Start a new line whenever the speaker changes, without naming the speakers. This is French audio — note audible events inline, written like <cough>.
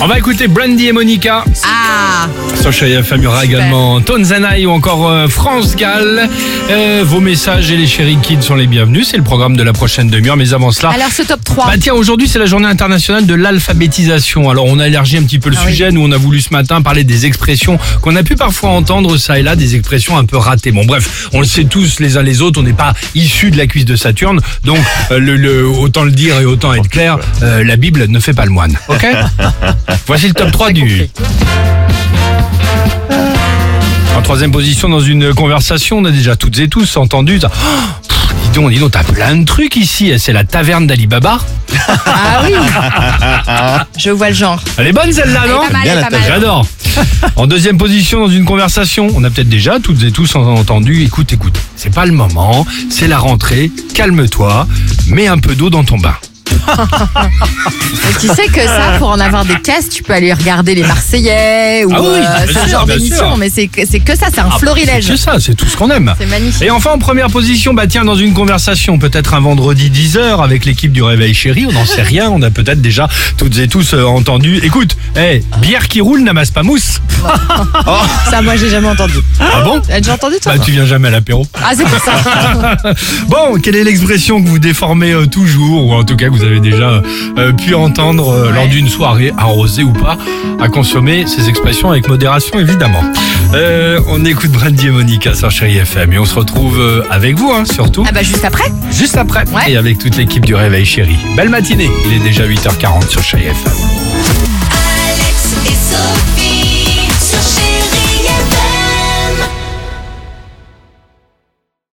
On va écouter Brandy et Monica.
Ah
Sur Chérie FM, il y aura
Super.
également Tonzanaï ou encore euh, France Gall. Euh, vos messages et les chéri kids sont les bienvenus. C'est le programme de la prochaine demi-heure. Mais avant cela,
Alors ce top 3
bah tiens, aujourd'hui c'est la journée internationale de l'alphabétisation. Alors on a élargi un petit peu le
Ah oui.
sujet. Nous on a voulu ce matin parler des expressions qu'on a pu parfois entendre ça et là, des expressions un peu ratées. Bon bref, on le sait tous les uns les autres, on n'est pas issus de la cuisse de Saturne. Donc euh, le, le- autant le dire et autant être clair, euh, la Bible ne fait pas le moine. Ok <laughs> Voici le top 3 du... En troisième position, dans une conversation, on a déjà toutes et tous entendu ça. Oh, pff, dis donc, dis donc, t'as plein de trucs ici. hein. C'est la taverne d'Ali Baba.
Ah oui
<laughs>
Je vois le genre.
Elle est bonne celle-là, non
pas mal,
bien
elle est
la
pas
tête.
mal.
J'adore.
<laughs>
En deuxième position, dans une conversation, on a peut-être déjà toutes et tous entendu. Écoute, écoute, c'est pas le moment, c'est la rentrée. Calme-toi, mets un peu d'eau dans ton bain.
Et tu sais que ça, pour en avoir des caisses, tu peux aller regarder les Marseillais ou
Ah oui, bien
euh, ce
sûr,
genre
bien sûr. Ah,
d'émission, mais c'est que c'est que ça, c'est un florilège.
C'est ça, c'est tout ce qu'on aime.
C'est magnifique.
Et enfin, en première position, bah tiens, dans une conversation, peut-être un vendredi 10h avec l'équipe du Réveil Chéri, on n'en sait rien, on a peut-être déjà toutes et tous euh, entendu. Écoute, hey, bière qui roule n'amasse pas mousse.
Ça, moi, j'ai jamais entendu.
<laughs> Ah bon
T'as déjà entendu, toi
Bah tu viens jamais à l'apéro.
Ah, c'est pour
<laughs>
ça.
Bon, quelle est l'expression que vous déformez euh, toujours, ou en tout cas que vous avez déjà euh, pu entendre euh, lors
Ouais.
d'une soirée, arrosée ou pas, à consommer ces expressions avec modération évidemment. Euh, on écoute Brandy et Monica sur Chéri FM et on se retrouve euh, avec vous hein, surtout
Ah bah juste après
juste après
Ouais.
et avec toute l'équipe du Réveil Chéri. Belle matinée, il est déjà 8h40 sur Chéri FM.
Alex et Sophie.